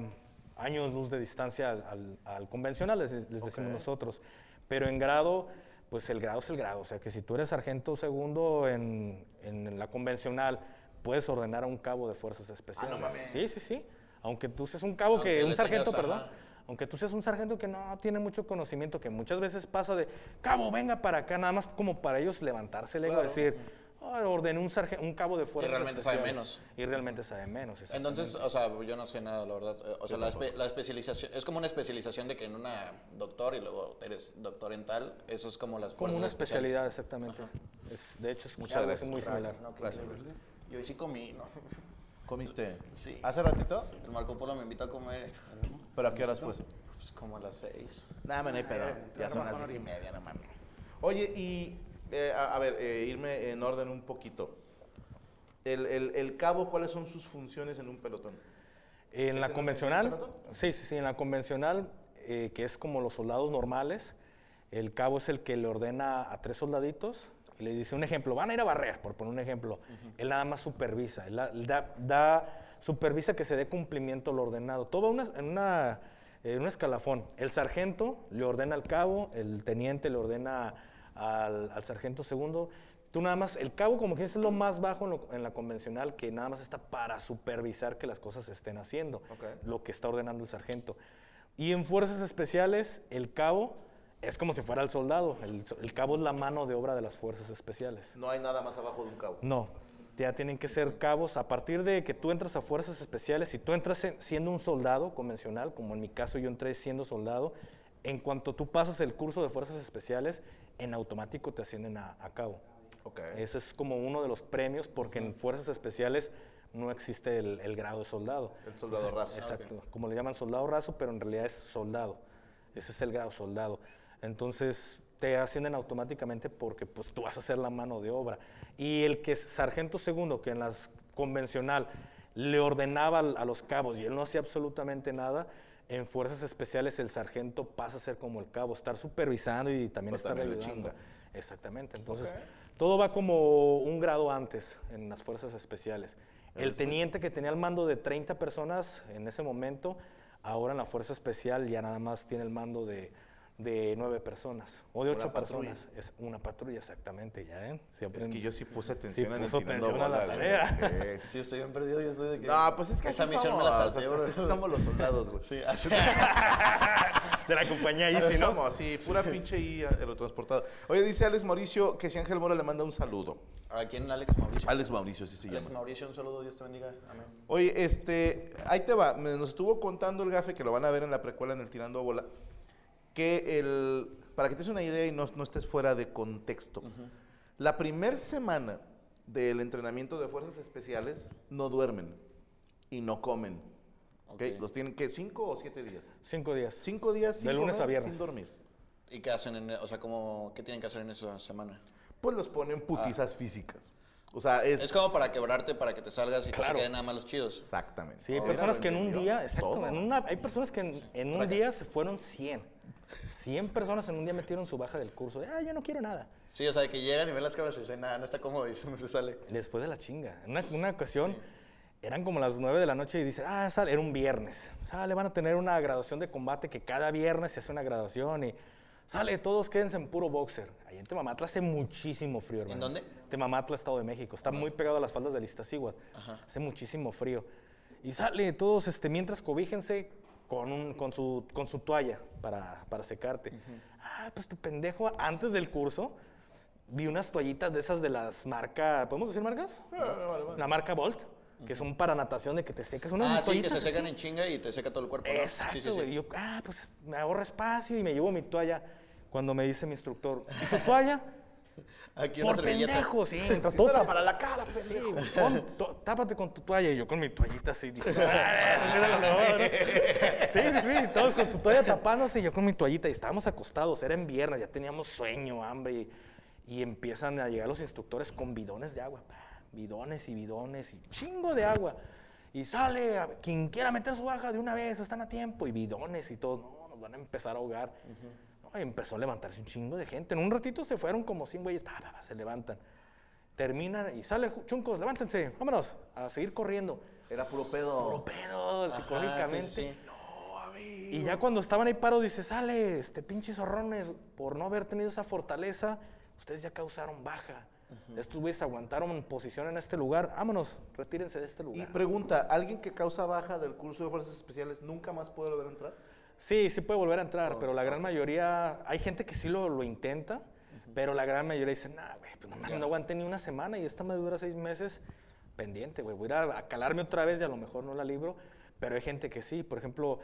[SPEAKER 3] años luz de distancia al, al- al convencional, les, les decimos nosotros. Pero en grado, pues el grado es el grado. O sea, que si tú eres sargento segundo en, en la convencional, puedes ordenar a un cabo de
[SPEAKER 2] Ah,
[SPEAKER 3] fuerzas especiales. Sí, sí, sí. Aunque tú seas un cabo
[SPEAKER 2] Aunque
[SPEAKER 3] que, un
[SPEAKER 2] le
[SPEAKER 3] sargento,
[SPEAKER 2] tengas,
[SPEAKER 3] perdón.
[SPEAKER 2] ajá.
[SPEAKER 3] Aunque tú seas un sargento que no tiene mucho conocimiento, que muchas veces pasa de, cabo, venga para acá, nada más como para ellos levantarse el ego, decir, "Ah, ordené un, sarge- un cabo de fuerza.
[SPEAKER 2] realmente sabe menos.
[SPEAKER 3] Y realmente sabe menos. exacto.
[SPEAKER 2] Entonces, o sea, yo no sé nada, la verdad. Eh, O sea, la, espe- la especialización, es como una especialización de que en una doctor y luego eres doctor en tal, eso es como las
[SPEAKER 3] como
[SPEAKER 2] fuerzas
[SPEAKER 3] una
[SPEAKER 2] especiales.
[SPEAKER 3] especialidad, exactamente. Es, de hecho, es algo así muy similar.
[SPEAKER 1] Gracias, Luis.
[SPEAKER 2] Yo hoy sí comí, ¿no?
[SPEAKER 1] ¿Comiste?
[SPEAKER 2] Sí.
[SPEAKER 1] ¿Hace ratito?
[SPEAKER 2] El Marco Polo me invita a comer,
[SPEAKER 1] ¿Pero a qué horas fue?
[SPEAKER 2] pues como a las seis.
[SPEAKER 1] Nada, no hay pedo.
[SPEAKER 2] Eh,
[SPEAKER 1] Ya son las diez y media, no mames. Oye, y eh, a, a ver, eh, irme en orden un poquito. El, el- el cabo, ¿cuáles son sus funciones en un pelotón?
[SPEAKER 3] En la
[SPEAKER 1] el
[SPEAKER 3] convencional,
[SPEAKER 1] campeonato?
[SPEAKER 3] sí, sí, sí, en la convencional, eh, que es como los soldados normales, el cabo es el que le ordena a tres soldaditos y le dice un ejemplo, van a ir a barrer, por poner un ejemplo. Él nada más supervisa, él, da- él da, da- supervisa que se dé cumplimiento al ordenado. Todo va una- en, una, en un escalafón. El sargento le ordena al cabo, el teniente le ordena al, al sargento segundo. Tú nada más, el cabo como que es lo más bajo en, lo- en la convencional, que nada más está para supervisar que las cosas se estén haciendo,
[SPEAKER 1] Ok.
[SPEAKER 3] lo que está ordenando el sargento. Y en fuerzas especiales, el cabo es como si fuera el soldado. El, so- el cabo es la mano de obra de las fuerzas especiales.
[SPEAKER 1] No hay nada más abajo de un cabo.
[SPEAKER 3] No, ya tienen que ser cabos. A partir de que tú entras a fuerzas especiales, si tú entras en- siendo un soldado convencional, como en mi caso yo entré siendo soldado, en cuanto tú pasas el curso de fuerzas especiales, en automático te ascienden a, a cabo.
[SPEAKER 1] Ok.
[SPEAKER 3] Ese es como uno de los premios porque en fuerzas especiales no existe el, el grado de soldado.
[SPEAKER 1] El soldado raso. Ah,
[SPEAKER 3] Exacto, como le llaman soldado raso, pero en realidad es soldado. Ese es el grado soldado. Entonces te ascienden automáticamente porque pues tú vas a ser la mano de obra. Y el que es sargento segundo, que en las convencional le ordenaba al- a los cabos y él no hacía absolutamente nada, en fuerzas especiales el sargento pasa a ser como el cabo, estar supervisando y también
[SPEAKER 1] Pero
[SPEAKER 3] estar
[SPEAKER 1] Pues también le
[SPEAKER 3] ayudando.
[SPEAKER 1] chinga.
[SPEAKER 3] Exactamente. Entonces, todo va como un grado antes en las fuerzas especiales. El teniente que tenía el mando de 30 personas en ese momento, ahora en la fuerza especial ya nada más tiene el mando de, de 9 personas o de
[SPEAKER 1] Una
[SPEAKER 3] 8
[SPEAKER 1] patrulla.
[SPEAKER 3] personas. Es una patrulla, exactamente, ya ¿eh? ven. Sí
[SPEAKER 1] Es que
[SPEAKER 3] aprendí.
[SPEAKER 1] yo sí puse atención en el
[SPEAKER 3] puso
[SPEAKER 1] tirando
[SPEAKER 3] atención a la
[SPEAKER 1] bola, güey.
[SPEAKER 3] tarea.
[SPEAKER 1] Sí.
[SPEAKER 2] Sí, estoy bien perdido, yo estoy de que...
[SPEAKER 1] No, pues es que
[SPEAKER 2] Esa
[SPEAKER 1] así
[SPEAKER 2] misión
[SPEAKER 1] somos,
[SPEAKER 2] me la salté,
[SPEAKER 1] o sea, así
[SPEAKER 2] bro.
[SPEAKER 1] somos los soldados, güey.
[SPEAKER 2] Sí, así-
[SPEAKER 3] De la compañía
[SPEAKER 1] Así
[SPEAKER 3] Easy, ¿no?
[SPEAKER 1] somos, sí, pura pinche I aerotransportada. Oye, dice Alex Mauricio que si Ángel Mora le manda un saludo.
[SPEAKER 2] ¿A quién? Alex Mauricio.
[SPEAKER 1] Alex Mauricio, sí se
[SPEAKER 2] Alex
[SPEAKER 1] llama.
[SPEAKER 2] Mauricio, un saludo, Dios te bendiga. Amén.
[SPEAKER 1] Oye, este, ahí te va. Me- Nos estuvo contando el gafe, que lo van a ver en la precuela en el Tirando a Bola, que el, para que te des una idea y no, no estés fuera de contexto, la primer semana del entrenamiento de fuerzas especiales no duermen y no comen. ¿ok?
[SPEAKER 2] Ok.
[SPEAKER 1] Los tienen, que ¿Cinco o siete días?
[SPEAKER 3] Cinco días.
[SPEAKER 1] Cinco días
[SPEAKER 3] De
[SPEAKER 1] sin
[SPEAKER 3] lunes
[SPEAKER 1] comer,
[SPEAKER 3] a viernes.
[SPEAKER 1] sin dormir.
[SPEAKER 2] ¿Y qué hacen? En, o sea, como, ¿qué tienen que hacer en esa semana?
[SPEAKER 1] Pues los
[SPEAKER 3] Ah.
[SPEAKER 1] ponen putizas físicas. O sea, es...
[SPEAKER 2] Es como para quebrarte, para que te salgas y que
[SPEAKER 3] Claro.
[SPEAKER 2] se queden nada más los chidos.
[SPEAKER 1] Exactamente.
[SPEAKER 3] Sí, hay
[SPEAKER 1] Ah, Mira,
[SPEAKER 3] personas
[SPEAKER 1] lo
[SPEAKER 3] que en un
[SPEAKER 1] entendió
[SPEAKER 3] día, exacto,
[SPEAKER 1] todo.
[SPEAKER 3] en una- hay personas que en, en un día se fueron 100. 100 personas en un día metieron su baja del curso. de, ah, yo no quiero nada.
[SPEAKER 2] Sí, o sea, que llegan y ven las cámaras y dicen, nada, no está cómodo y se se sale.
[SPEAKER 3] Después de la chinga. En una, una ocasión, eran como las 9 de la noche y dice, ah, sale, era un viernes. Sale, van a tener una graduación de combate que cada viernes se hace una graduación y sale, todos quédense en puro boxer. Ahí en Temamatla hace muchísimo frío, hermano.
[SPEAKER 2] dónde?
[SPEAKER 3] Temamatla, Estado de México. Está muy pegado a las faldas del Iztaccíhuatl. Hace muchísimo frío. Y sale, todos, este, mientras cobíjense con, un- con, su, con su toalla para, para secarte. Ah, pues tu pendejo, antes del curso, vi unas toallitas de esas de las marcas, ¿podemos decir marcas?
[SPEAKER 2] Ah,
[SPEAKER 3] La marca Volt, que son para natación de que te secas. Unas
[SPEAKER 2] ah, sí, que
[SPEAKER 3] toallitas
[SPEAKER 2] se secan
[SPEAKER 3] así.
[SPEAKER 2] en chinga y te seca todo el cuerpo. ¿no? Sí, sí,
[SPEAKER 3] Exacto,
[SPEAKER 2] sí.
[SPEAKER 3] güey. Yo, ah, pues me ahorro espacio y me llevo mi toalla. Cuando me dice mi instructor, ¿y tu toalla?
[SPEAKER 2] Aquí una
[SPEAKER 3] Por
[SPEAKER 2] servilleta.
[SPEAKER 3] pendejo, sí. Mientras todos
[SPEAKER 1] Póntela
[SPEAKER 3] tapan-
[SPEAKER 1] para la cara,
[SPEAKER 3] Sí,
[SPEAKER 1] pendejo.
[SPEAKER 3] pon- to- tápate con tu toalla. Y yo con mi toallita así. dije, "Ah, eso sí era lo mejor", ¿no? Sí, sí, sí. Todos con su toalla tapándose y yo con mi toallita. Y estábamos acostados. Era en viernes. Ya teníamos sueño, hambre. Y, y empiezan a llegar los instructores con bidones de agua. pa, Bidones y bidones y chingo de agua. Y sale a- quien quiera meter su baja de una vez. Están a tiempo. Y bidones y todo. No, nos van a empezar a ahogar. No, y empezó a levantarse un chingo de gente. En un ratito se fueron como 100 güeyes. pa, pa, pa, se levantan terminan y sale ju- chuncos, levántense, vámonos a seguir corriendo.
[SPEAKER 2] Era puro pedo.
[SPEAKER 3] Puro pedo,
[SPEAKER 2] Oh. Ajá,
[SPEAKER 3] psicológicamente.
[SPEAKER 2] sí, sí, sí.
[SPEAKER 3] Y ya cuando estaban ahí parados, dice, sale, este pinches zorrones, por no haber tenido esa fortaleza, ustedes ya causaron baja. Estos güeyes aguantaron posición en este lugar, vámonos, retírense de este
[SPEAKER 1] Y
[SPEAKER 3] lugar.
[SPEAKER 1] pregunta, ¿alguien que causa baja del curso de fuerzas especiales nunca más puede volver a entrar?
[SPEAKER 3] Sí, sí puede volver a entrar, pero la gran mayoría, hay gente que sí lo, lo intenta, pero la gran mayoría dice, nah, güey, pues no, mames, no aguanté ni una semana y esta me dura seis meses pendiente, güey, voy a ir a, a calarme otra vez y a lo mejor no la libro, pero hay gente que sí, por ejemplo,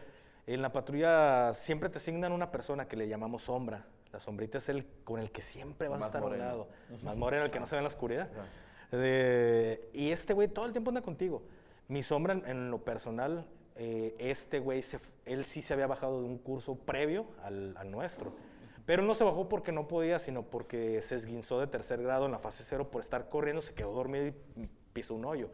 [SPEAKER 3] en la patrulla siempre te asignan una persona que le llamamos sombra, la sombrita es el con el que siempre vas
[SPEAKER 1] Más
[SPEAKER 3] a estar
[SPEAKER 1] moreno.
[SPEAKER 3] a un lado, más moreno el que no se ve en la oscuridad. De- y este güey todo el tiempo anda contigo. Mi sombra, en, en lo personal, eh, este güey, se f- él sí se había bajado de un curso previo al, al nuestro. Pero no se bajó porque no podía, sino porque se esguinzó de tercer grado en la fase cero por estar corriendo, se quedó dormido y pisó un hoyo.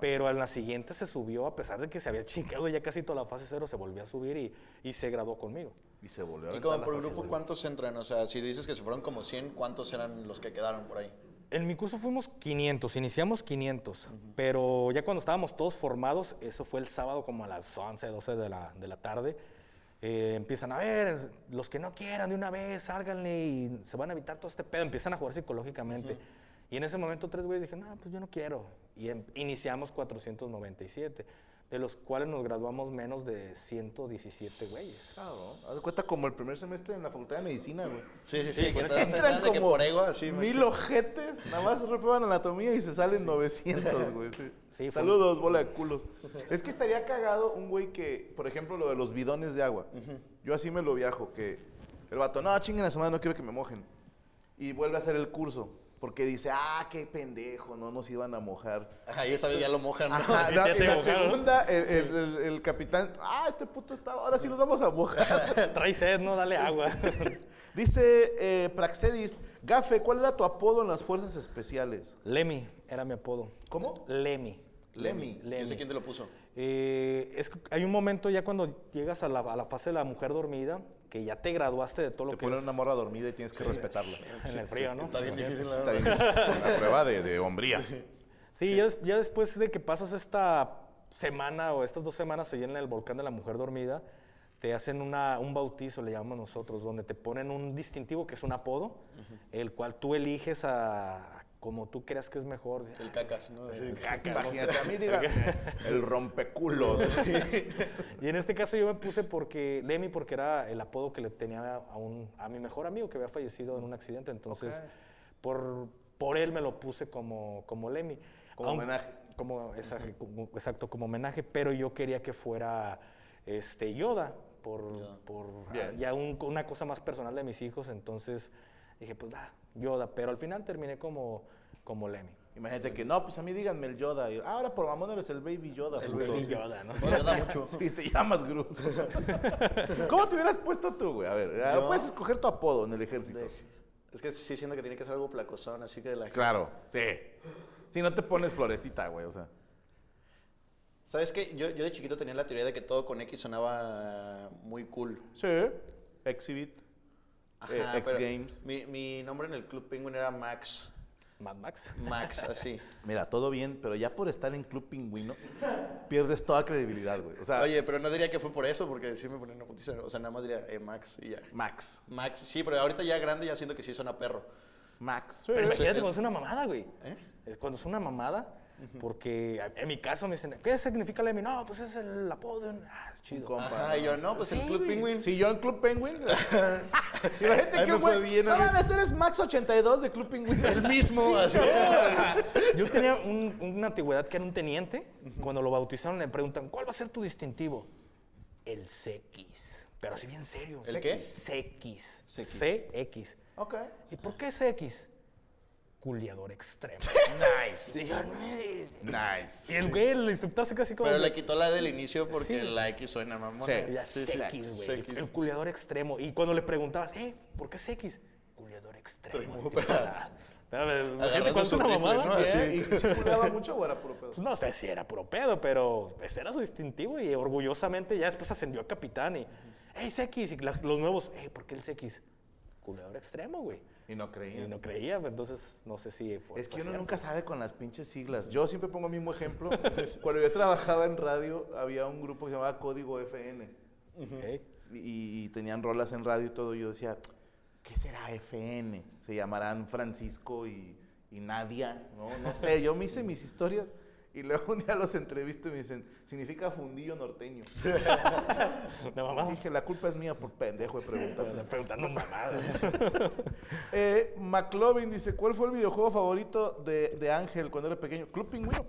[SPEAKER 3] Pero a la siguiente se subió, a pesar de que se había chingado ya casi toda la fase cero, se volvió a subir y, y se graduó conmigo.
[SPEAKER 1] Y se volvió a
[SPEAKER 2] Y como por grupo, ¿cuántos entran? O sea, si dices que se fueron como 100, ¿cuántos eran los que quedaron por ahí?
[SPEAKER 3] En mi curso fuimos 500, iniciamos 500, pero ya cuando estábamos todos formados, eso fue el sábado como a las 11, 12 de la, de la tarde, eh, empiezan a ver, los que no quieran de una vez, sálganle y se van a evitar todo este pedo, empiezan a jugar psicológicamente. Y en ese momento tres güeyes dijeron, no, pues yo no quiero. Y em- iniciamos 497, de los cuales nos graduamos menos de 117 güeyes.
[SPEAKER 1] Claro, haz de cuenta como el primer semestre en la facultad de medicina, güey.
[SPEAKER 2] Sí, sí, sí. que te das
[SPEAKER 1] Entran
[SPEAKER 2] cuenta de que
[SPEAKER 1] como
[SPEAKER 2] por ego, así,
[SPEAKER 1] mil ojetes, nada más reprueban anatomía y se salen 900, güey. sí.
[SPEAKER 3] Sí, fue-
[SPEAKER 1] Saludos, bola de culos. Es que estaría cagado un güey que, por ejemplo, lo de los bidones de agua. Yo así me lo viajo, que el vato, no, chinguen a su madre, no quiero que me mojen. Y vuelve a hacer el curso, porque dice, ah, qué pendejo, no nos iban a mojar.
[SPEAKER 2] Ajá, ya sabes, ya lo mojan. ¿no?
[SPEAKER 1] Ajá,
[SPEAKER 2] Sí,
[SPEAKER 1] la,
[SPEAKER 2] ya
[SPEAKER 1] en
[SPEAKER 2] te
[SPEAKER 1] la
[SPEAKER 2] mojaron.
[SPEAKER 1] segunda, el, el- el- el capitán, ah, este puto está, ahora sí nos vamos a mojar.
[SPEAKER 3] Trae sed, no, dale agua.
[SPEAKER 1] Dice eh, Praxedis, Gafe, ¿cuál era tu apodo en las fuerzas especiales?
[SPEAKER 3] Lemmy era mi apodo.
[SPEAKER 1] ¿Cómo?
[SPEAKER 3] Lemmy.
[SPEAKER 1] Lemmy.
[SPEAKER 2] Yo
[SPEAKER 3] Lemmy.
[SPEAKER 2] sé quién te lo puso.
[SPEAKER 3] Eh, es que hay un momento ya cuando llegas a la, a la fase de la mujer dormida, que ya te graduaste de todo lo
[SPEAKER 1] Te
[SPEAKER 3] que
[SPEAKER 1] ponen
[SPEAKER 3] es
[SPEAKER 1] una morra dormida y tienes que respetarla.
[SPEAKER 3] en el frío, ¿no?
[SPEAKER 2] Está bien difícil, la
[SPEAKER 1] Está
[SPEAKER 2] verdad.
[SPEAKER 1] bien, es una prueba de, de hombría.
[SPEAKER 3] Sí, ya, des- ya después de que pasas esta semana o estas dos semanas allí en el volcán de la mujer dormida, te hacen una- un bautizo, le llamamos nosotros, donde te ponen un distintivo que es un apodo, el cual tú eliges a, a como tú creas que es mejor.
[SPEAKER 2] El cacas, ¿no? Sí.
[SPEAKER 1] Imagínate, a mí diga el rompeculos.
[SPEAKER 3] Y en este caso yo me puse porque Lemmy porque era el apodo que le tenía a, un, a mi mejor amigo que había fallecido en un accidente, entonces por, por él me lo puse como, como Lemmy.
[SPEAKER 1] Como homenaje.
[SPEAKER 3] Como, esa- como- exacto, como homenaje, pero yo quería que fuera este, Yoda por, por
[SPEAKER 1] Bien.
[SPEAKER 3] ah, ya un- una cosa más personal de mis hijos, entonces dije, pues va, Yoda, pero al final terminé como, como Lemmy.
[SPEAKER 1] Imagínate que, no, pues a mí díganme el Yoda. Y, "Ah, ahora por mamón eres el Baby Yoda.
[SPEAKER 2] El
[SPEAKER 1] puto.
[SPEAKER 2] Baby
[SPEAKER 1] Sí.
[SPEAKER 3] Yoda, ¿no?
[SPEAKER 2] Me da mucho.
[SPEAKER 1] Sí, te llamas Gru. ¿Cómo te hubieras puesto tú, güey? A ver,
[SPEAKER 2] Yo-
[SPEAKER 1] puedes escoger tu apodo en el ejército.
[SPEAKER 2] De- Es que sí siento que tiene que ser algo placosón, así que de la gente.
[SPEAKER 1] Claro, sí. Si no te pones florecita, güey, o sea.
[SPEAKER 2] ¿Sabes qué? Yo, yo de chiquito tenía la teoría de que todo con X sonaba muy cool.
[SPEAKER 1] Sí. Exhibit. eh, X
[SPEAKER 2] pero
[SPEAKER 1] Games.
[SPEAKER 2] Mi, mi nombre en el Club Penguin era Max.
[SPEAKER 3] Mad Max.
[SPEAKER 2] Max, así.
[SPEAKER 1] Mira, todo bien, pero ya por estar en Club Pingüino, pierdes toda credibilidad, güey. O sea,
[SPEAKER 2] Oye, pero no diría que fue por eso, porque sí me ponían una putiza. O sea, nada más diría eh, Max y ya.
[SPEAKER 1] Max.
[SPEAKER 2] Max, sí, pero ahorita ya grande ya siento que sí suena perro.
[SPEAKER 1] Max.
[SPEAKER 3] Pero
[SPEAKER 1] Sí.
[SPEAKER 3] imagínate
[SPEAKER 2] el-
[SPEAKER 3] cuando es una mamada, güey. Es Cuando es una mamada, porque a- en mi caso me dicen, ¿qué significa Lemmy? No, pues es el apodo. Ah, es chido.
[SPEAKER 1] Compa,
[SPEAKER 2] Ajá, y yo, no, pues el
[SPEAKER 3] Sí,
[SPEAKER 2] Club
[SPEAKER 3] güey.
[SPEAKER 2] Penguin.
[SPEAKER 1] Si yo en Club Penguin. Imagínate que
[SPEAKER 2] Ahí me
[SPEAKER 1] un güey.
[SPEAKER 2] fue bien,
[SPEAKER 1] No
[SPEAKER 2] a mí.
[SPEAKER 1] mames, tú eres Max 82 de Club Penguin.
[SPEAKER 2] El mismo, así.
[SPEAKER 3] Yo tenía un- una antigüedad que era un teniente. Cuando lo bautizaron le preguntan, ¿cuál va a ser tu distintivo? El CX. Pero así bien serio.
[SPEAKER 2] ¿El qué?
[SPEAKER 3] CX.
[SPEAKER 2] CX.
[SPEAKER 3] CX.
[SPEAKER 1] Ok.
[SPEAKER 3] ¿Y por qué CX? culiador extremo.
[SPEAKER 1] Nice.
[SPEAKER 3] Y yo, "No".
[SPEAKER 1] Nice.
[SPEAKER 3] Y el, güey, el instructor se casi como...
[SPEAKER 2] Pero
[SPEAKER 3] de-
[SPEAKER 2] le quitó la del inicio porque
[SPEAKER 3] Sí.
[SPEAKER 2] la X suena mamón.
[SPEAKER 1] Sí.
[SPEAKER 3] Ya, X, güey. El culeador extremo. Y cuando le preguntabas, eh, ¿por qué es X? Culeador extremo. ah,
[SPEAKER 2] Agarrando
[SPEAKER 3] ¿Te cuánto
[SPEAKER 2] su
[SPEAKER 3] una
[SPEAKER 2] rifle,
[SPEAKER 3] mamada?
[SPEAKER 2] ¿no?
[SPEAKER 3] Bien.
[SPEAKER 2] Así.
[SPEAKER 1] ¿Y se curaba mucho o era puro pedo?
[SPEAKER 3] Pues no sé si era puro pedo, pero pues, era su distintivo y orgullosamente ya después ascendió a capitán y, hey, X, y la- los nuevos, hey, ¿por qué el X? Culeador extremo, güey.
[SPEAKER 1] Y no creía.
[SPEAKER 3] Y no creía, pues, entonces no sé si fue.
[SPEAKER 1] Es que
[SPEAKER 3] fue
[SPEAKER 1] uno
[SPEAKER 3] cierto.
[SPEAKER 1] nunca sabe con las pinches siglas. Yo siempre pongo el mismo ejemplo. Cuando yo trabajaba en radio, había un grupo que se llamaba Código FN.
[SPEAKER 3] Ey.
[SPEAKER 1] Y, y tenían rolas en radio y todo. Y yo decía, ¿qué será FN? Se llamarán Francisco y, y Nadia. No, no sé. Yo me hice mis historias. Y luego un día los entrevisto y me dicen, significa fundillo norteño.
[SPEAKER 3] La mamá
[SPEAKER 1] Dije, la culpa es mía por pendejo de preguntar.
[SPEAKER 3] preguntando mamadas.
[SPEAKER 1] Eh, McLovin dice, ¿cuál fue el videojuego favorito de, de Ángel cuando era pequeño? Club Pingüino.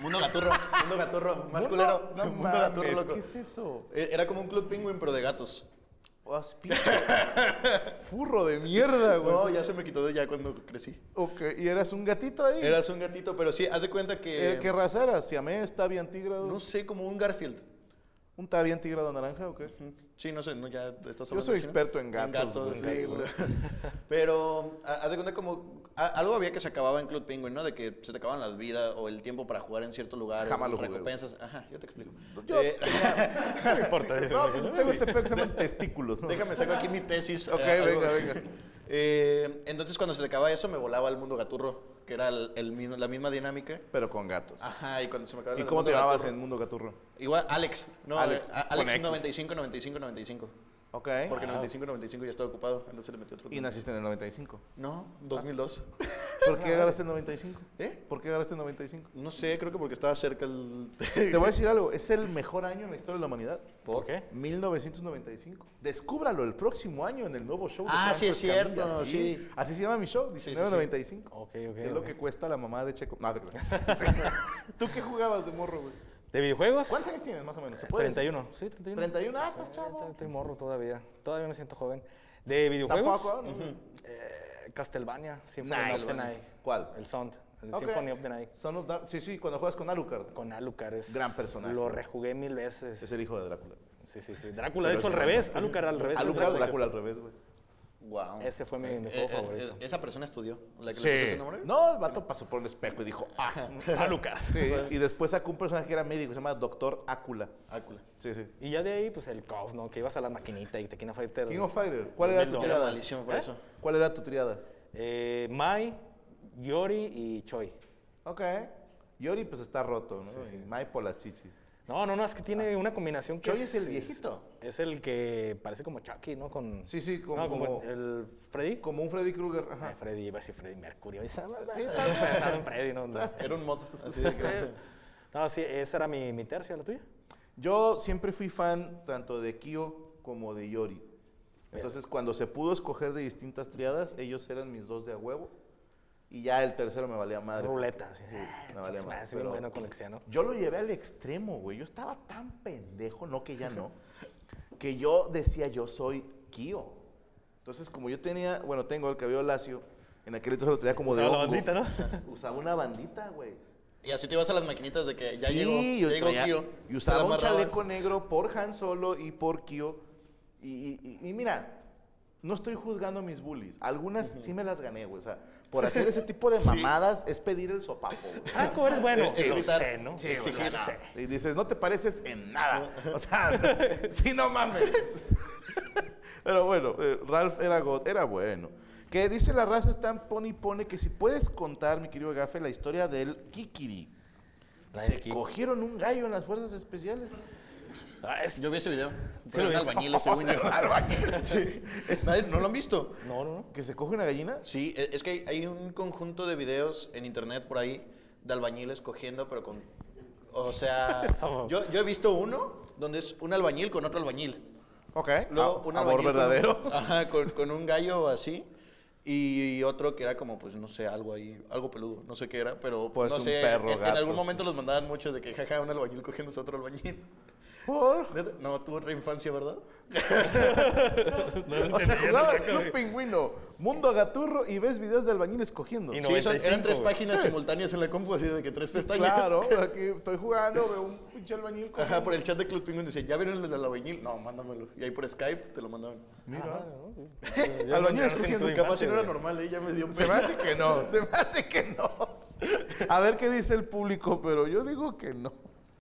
[SPEAKER 2] Mundo gaturro, mundo gaturro, más culero.
[SPEAKER 1] No
[SPEAKER 2] mundo gaturro,
[SPEAKER 1] mames,
[SPEAKER 2] loco.
[SPEAKER 1] ¿Qué es eso?
[SPEAKER 2] Eh, Era como un club penguin, pero de gatos.
[SPEAKER 1] Haz pinche Furro de mierda, Ah, güey.
[SPEAKER 2] No, ya se me quitó de ya cuando crecí.
[SPEAKER 1] Ok, ¿y eras un gatito ahí?
[SPEAKER 2] Eras un gatito, pero sí, haz de cuenta
[SPEAKER 1] Eh,
[SPEAKER 2] que.
[SPEAKER 1] ¿Qué raza eras? ¿Siamés, tabia, antígrado?
[SPEAKER 2] No sé, como un Garfield.
[SPEAKER 1] ¿Un tabia, antígrado naranja o qué?
[SPEAKER 2] Sí, no sé, no, ya estás
[SPEAKER 1] Yo
[SPEAKER 2] hablando
[SPEAKER 1] soy
[SPEAKER 2] chino.
[SPEAKER 1] experto en gatos,
[SPEAKER 2] gatos,
[SPEAKER 1] güey, en
[SPEAKER 2] sí. Pero ha- haz de cuenta como a- algo había que se acababa en Club Penguin, ¿no? De que se te acababan las vidas o el tiempo para jugar en cierto lugar,
[SPEAKER 1] Jamás
[SPEAKER 2] o
[SPEAKER 1] lo jugué, güey.
[SPEAKER 2] recompensas. Ajá, yo te explico.
[SPEAKER 1] Yo-
[SPEAKER 2] Eh,
[SPEAKER 3] No importa. dice,
[SPEAKER 1] No,
[SPEAKER 3] porque-
[SPEAKER 1] pues tengo este pedo que se llama testículos, ¿no?
[SPEAKER 2] déjame saco aquí mi tesis.
[SPEAKER 1] Ok,
[SPEAKER 2] eh, algo-
[SPEAKER 1] venga, venga.
[SPEAKER 2] Eh, entonces cuando se te acababa eso me volaba al mundo gaturro, que era el- el mismo- la misma dinámica.
[SPEAKER 1] Pero con gatos.
[SPEAKER 2] Ajá, y cuando se me acababa
[SPEAKER 1] ¿Y
[SPEAKER 2] el
[SPEAKER 1] cómo
[SPEAKER 2] mundo
[SPEAKER 1] te llamabas
[SPEAKER 2] gaturro-
[SPEAKER 1] en Mundo Gaturro?
[SPEAKER 2] Igual, Alex. No, Eh,
[SPEAKER 1] Alex,
[SPEAKER 2] Alex,
[SPEAKER 1] con X.
[SPEAKER 2] Alex 95, 95, 95.
[SPEAKER 1] Ok.
[SPEAKER 2] Porque
[SPEAKER 1] Ah.
[SPEAKER 2] 95, 95 ya estaba ocupado, entonces le metí otro.
[SPEAKER 1] Y Ah. naciste en el 95.
[SPEAKER 2] No, 2002.
[SPEAKER 1] ¿Por qué agarraste el 95?
[SPEAKER 2] ¿Eh?
[SPEAKER 1] ¿Por qué agarraste el 95?
[SPEAKER 2] No sé, creo que porque estaba cerca el...
[SPEAKER 1] Te voy a decir algo, es el mejor año en la historia de la humanidad.
[SPEAKER 3] ¿Por qué?
[SPEAKER 1] 1995. Descúbralo el próximo año en el nuevo show. de
[SPEAKER 2] Ah, sí, es
[SPEAKER 1] Franco Escamilla,
[SPEAKER 2] cierto, sí.
[SPEAKER 1] Así se llama mi show, 1995.
[SPEAKER 3] Ok, ok.
[SPEAKER 1] Es lo
[SPEAKER 3] ok.
[SPEAKER 1] que cuesta la mamá de Checo. No, te creo. ¿Tú qué jugabas de morro, güey?
[SPEAKER 3] ¿De videojuegos?
[SPEAKER 1] ¿Cuántos años tienes, más o menos? ¿Se puede decir?
[SPEAKER 3] 31. Sí, 31.
[SPEAKER 1] 31, ah, estás
[SPEAKER 3] Sí,
[SPEAKER 1] chavo.
[SPEAKER 3] Estoy morro todavía. Todavía me siento joven. ¿De videojuegos?
[SPEAKER 1] ¿Tampoco? ¿no?
[SPEAKER 3] Eh, Castlevania, Symphony
[SPEAKER 1] Nice.
[SPEAKER 3] of the Night.
[SPEAKER 1] ¿Cuál?
[SPEAKER 3] El Sound, el
[SPEAKER 1] Ok.
[SPEAKER 3] Symphony of the Night.
[SPEAKER 1] Son of Dark- Sí, sí, cuando juegas con Alucard.
[SPEAKER 3] Con Alucard es...
[SPEAKER 1] Gran personaje.
[SPEAKER 3] Lo rejugué mil veces.
[SPEAKER 1] Es el hijo de Drácula.
[SPEAKER 3] Sí, sí, sí. Drácula, de
[SPEAKER 1] Pero
[SPEAKER 3] hecho, al
[SPEAKER 1] es
[SPEAKER 3] revés. Alucard al revés. es
[SPEAKER 1] Alucard, Eh, Drácula al revés, güey.
[SPEAKER 2] Wow.
[SPEAKER 3] Ese fue mi- mi juego favorito.
[SPEAKER 2] Eh, esa persona estudió. ¿La que le puso su nombre?
[SPEAKER 1] No, el vato pasó por el espejo y dijo, ah.
[SPEAKER 3] Alucard.
[SPEAKER 1] Sí, y después sacó un personaje que era médico, se llama Doctor Ácula.
[SPEAKER 2] Ácula.
[SPEAKER 1] Sí, sí.
[SPEAKER 3] Y ya de ahí, pues, el KOF, ¿no? Que ibas a la maquinita y Tequina Fighter.
[SPEAKER 1] King of Fighter, ¿cuál era tu
[SPEAKER 3] Mil
[SPEAKER 2] Era
[SPEAKER 1] triada?
[SPEAKER 3] dólares.
[SPEAKER 2] malísimo por
[SPEAKER 3] ¿Eh?
[SPEAKER 2] eso.
[SPEAKER 1] ¿Cuál era tu triada?
[SPEAKER 3] Eh, Mai, Yori y Choi.
[SPEAKER 1] Ok. Yori pues está roto, ¿no? Y Mai por las chichis.
[SPEAKER 3] No, no, no, es que tiene una combinación que
[SPEAKER 1] Choi es el viejito.
[SPEAKER 3] Es el que parece como Chucky, ¿no? Con,
[SPEAKER 1] Sí, sí, como-
[SPEAKER 3] no,
[SPEAKER 1] como- eh.
[SPEAKER 3] el Freddy.
[SPEAKER 1] Como un Freddy Krueger,
[SPEAKER 3] Eh,
[SPEAKER 1] ajá.
[SPEAKER 3] Freddy, iba a decir Freddy Mercurio. Estaba pensando en Freddy, ¿no? No,
[SPEAKER 2] Era un mod. Así de que...
[SPEAKER 3] No, sí, esa era mi, mi tercia, la tuya.
[SPEAKER 1] Yo siempre fui fan tanto de Kyo como de Yori. Entonces, cuando se pudo escoger de distintas triadas, ellos eran mis dos de a huevo. Y ya el tercero me valía madre.
[SPEAKER 3] Ruleta. Sí,
[SPEAKER 1] Sí, me
[SPEAKER 3] Ah, no
[SPEAKER 1] valía madre.
[SPEAKER 3] más. bien
[SPEAKER 1] pero-
[SPEAKER 3] bueno con el que sea, ¿no?
[SPEAKER 1] Yo lo llevé al extremo, güey. Yo estaba tan pendejo, no que ya no, que yo decía yo soy Kio. Entonces, como yo tenía, bueno, tengo el cabello lacio, en aquel entonces lo tenía como de
[SPEAKER 3] Usaba la
[SPEAKER 1] hongo.
[SPEAKER 3] bandita,
[SPEAKER 1] Usaba una bandita, güey.
[SPEAKER 2] Y así te ibas a las maquinitas de que Eh, ya
[SPEAKER 1] Sí,
[SPEAKER 2] llegó,
[SPEAKER 1] yo
[SPEAKER 2] ya llegó
[SPEAKER 1] traía-
[SPEAKER 2] Kio.
[SPEAKER 1] Y
[SPEAKER 2] Te
[SPEAKER 1] usaba
[SPEAKER 2] la
[SPEAKER 1] un
[SPEAKER 2] amarrabas.
[SPEAKER 1] chaleco negro por Han Solo y por Kyo. Y, y- y- y mira, no estoy juzgando a mis bullies. Algunas sí me las gané, güey. O sea, por hacer ese tipo de mamadas es pedir el sopapo, güey.
[SPEAKER 3] Franco, Ah, eres bueno.
[SPEAKER 2] Sí,
[SPEAKER 3] lo
[SPEAKER 2] gritar.
[SPEAKER 3] sé, ¿no?
[SPEAKER 2] Sí,
[SPEAKER 3] lo
[SPEAKER 2] sí,
[SPEAKER 3] sé.
[SPEAKER 2] sí.
[SPEAKER 1] Y dices, no te pareces en nada. O sea, sí, no mames. Pero bueno, eh, Ralph era God, era bueno. Que dice la raza están pone y pone que si puedes contar, mi querido Gafe, la historia del Kikiri.
[SPEAKER 3] La
[SPEAKER 1] Se
[SPEAKER 3] del Kikiri.
[SPEAKER 1] cogieron un gallo en las fuerzas especiales.
[SPEAKER 3] Ah, es-
[SPEAKER 2] Yo vi ese video.
[SPEAKER 3] Sí,
[SPEAKER 2] Pero
[SPEAKER 3] lo
[SPEAKER 2] eran
[SPEAKER 3] vi.
[SPEAKER 2] albañiles, según yo. Sí. Nadie- ¿No lo han visto?
[SPEAKER 3] No, no, Oh, no.
[SPEAKER 1] ¿Que se coge una gallina?
[SPEAKER 2] Sí, e- es que hay- hay un conjunto de videos en internet por ahí de albañiles cogiendo, pero con... O sea,
[SPEAKER 3] Eso.
[SPEAKER 2] yo, yo he visto uno donde es un albañil con otro albañil.
[SPEAKER 1] Ok.
[SPEAKER 2] Luego,
[SPEAKER 1] Ah, amor
[SPEAKER 2] un albañil con-
[SPEAKER 1] verdadero.
[SPEAKER 2] ajá, con, con un gallo así. Y, otro que era como, pues, no sé, algo ahí, algo peludo, no sé qué era, pero
[SPEAKER 1] Pues,
[SPEAKER 2] no
[SPEAKER 1] un
[SPEAKER 2] sé,
[SPEAKER 1] perro,
[SPEAKER 2] en, en
[SPEAKER 1] gato.
[SPEAKER 2] algún momento los mandaban muchos de que jaja, un albañil cogiéndose a otro albañil.
[SPEAKER 1] ¿Por?
[SPEAKER 2] Neta, No, tuvo reinfancia, ¿verdad?
[SPEAKER 1] O sea, jugabas Club Pingüino, Mundo Agaturro y ves videos de albañiles cogiendo.
[SPEAKER 3] Y no-
[SPEAKER 2] Sí, son- eran
[SPEAKER 3] 95,
[SPEAKER 2] tres
[SPEAKER 3] güey.
[SPEAKER 2] páginas simultáneas en la compu, así de que tres pestañas.
[SPEAKER 1] Claro, aquí estoy jugando, veo un pinche albañil cogiendo.
[SPEAKER 2] Ajá, por el chat de Club Penguin decía, ¿ya vieron el de la albañil? No, mándamelo. Y ahí por Skype te lo mandaban.
[SPEAKER 1] Albañil
[SPEAKER 3] Albañiles
[SPEAKER 1] escogiendo.
[SPEAKER 2] Capaz si no era normal, ¿eh? ya me dio
[SPEAKER 1] Se me
[SPEAKER 2] pena.
[SPEAKER 1] hace que no, se me hace que no. A ver qué dice el público, pero yo digo que no.